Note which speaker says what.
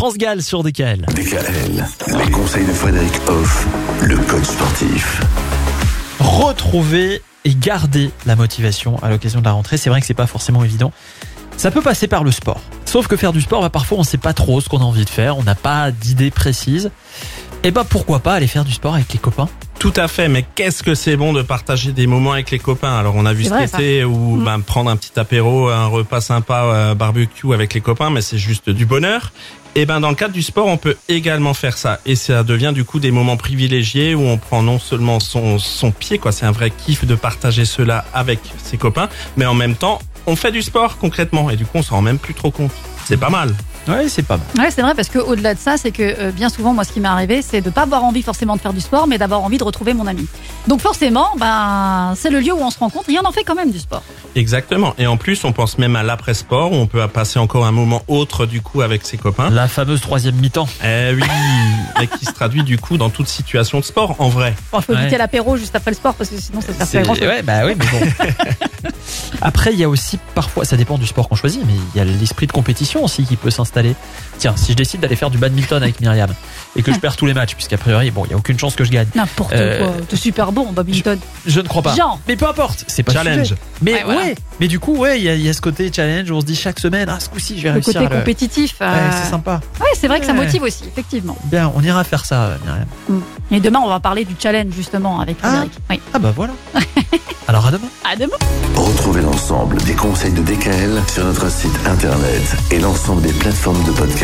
Speaker 1: France Gall sur DKL.
Speaker 2: DKL, les conseils de Frédéric Hoff, le code sportif.
Speaker 1: Retrouver et garder la motivation à l'occasion de la rentrée, c'est vrai que c'est pas forcément évident. Ça peut passer par le sport. Sauf que faire du sport, bah, parfois on sait pas trop ce qu'on a envie de faire, on n'a pas d'idée précise. Et bah pourquoi pas aller faire du sport avec les copains
Speaker 3: Tout à fait, mais qu'est-ce que c'est bon de partager des moments avec les copains Alors on a vu
Speaker 4: C'est
Speaker 3: cet
Speaker 4: vrai, Mm.
Speaker 3: été où ben, prendre un petit apéro, un repas sympa, euh, barbecue avec les copains, mais c'est juste du bonheur. Et ben dans le cadre du sport, on peut également faire ça, et ça devient du coup des moments privilégiés où on prend non seulement son son pied, quoi, c'est un vrai kiff de partager cela avec ses copains, mais en même temps on fait du sport concrètement, et du coup on s'en rend même plus trop compte. C'est pas mal.
Speaker 1: Ouais, c'est pas mal.
Speaker 4: Ouais, c'est vrai parce que au-delà de ça, c'est que euh, bien souvent, moi, ce qui m'est arrivé, c'est de pas avoir envie forcément de faire du sport, mais d'avoir envie de retrouver mon ami. Donc forcément, ben, c'est le lieu où on se rencontre et on en fait quand même du sport.
Speaker 3: Exactement. Et en plus, on pense même à l'après-sport où on peut passer encore un moment autre du coup avec ses copains.
Speaker 1: La fameuse troisième mi-temps.
Speaker 3: Eh oui, et qui se traduit du coup dans toute situation de sport en vrai.
Speaker 4: Bon, faut
Speaker 1: Ouais.
Speaker 4: éviter l'apéro juste après le sport parce que sinon, ça sert pas à grand chose.
Speaker 1: ouais, bah oui, mais bon. Après, il y a aussi parfois, ça dépend du sport qu'on choisit, mais il y a l'esprit de compétition aussi qui peut s'installer. Tiens, si je décide d'aller faire du badminton avec Myriam et que je perds tous les matchs, puisqu'a priori, bon, il y a aucune chance que je gagne.
Speaker 4: N'importe
Speaker 1: Euh,
Speaker 4: quoi. T'es super bon, en badminton.
Speaker 1: Je ne crois pas.
Speaker 4: Genre.
Speaker 1: Mais peu importe, c'est pas le
Speaker 3: Challenge.
Speaker 1: sujet. Mais
Speaker 4: Ouais, voilà.
Speaker 1: ouais, mais du coup, ouais, il y, a- il y a ce côté challenge où on se dit chaque semaine, ah, ce coup-ci, je vais
Speaker 4: Le
Speaker 1: réussir.
Speaker 4: côté
Speaker 1: à le-
Speaker 4: compétitif. euh,
Speaker 1: Ouais, c'est sympa.
Speaker 4: ouais, c'est vrai que ça
Speaker 1: Ouais.
Speaker 4: motive aussi, effectivement.
Speaker 1: Bien, on ira faire ça, euh, Myriam.
Speaker 4: Et demain, on va parler du challenge justement avec
Speaker 1: Ah.
Speaker 4: Frédéric. Oui.
Speaker 1: Ah bah voilà. Alors à demain.
Speaker 4: À demain.
Speaker 2: Retrouvez l'ensemble des conseils de DKL sur notre site internet et l'ensemble des plateformes de podcast.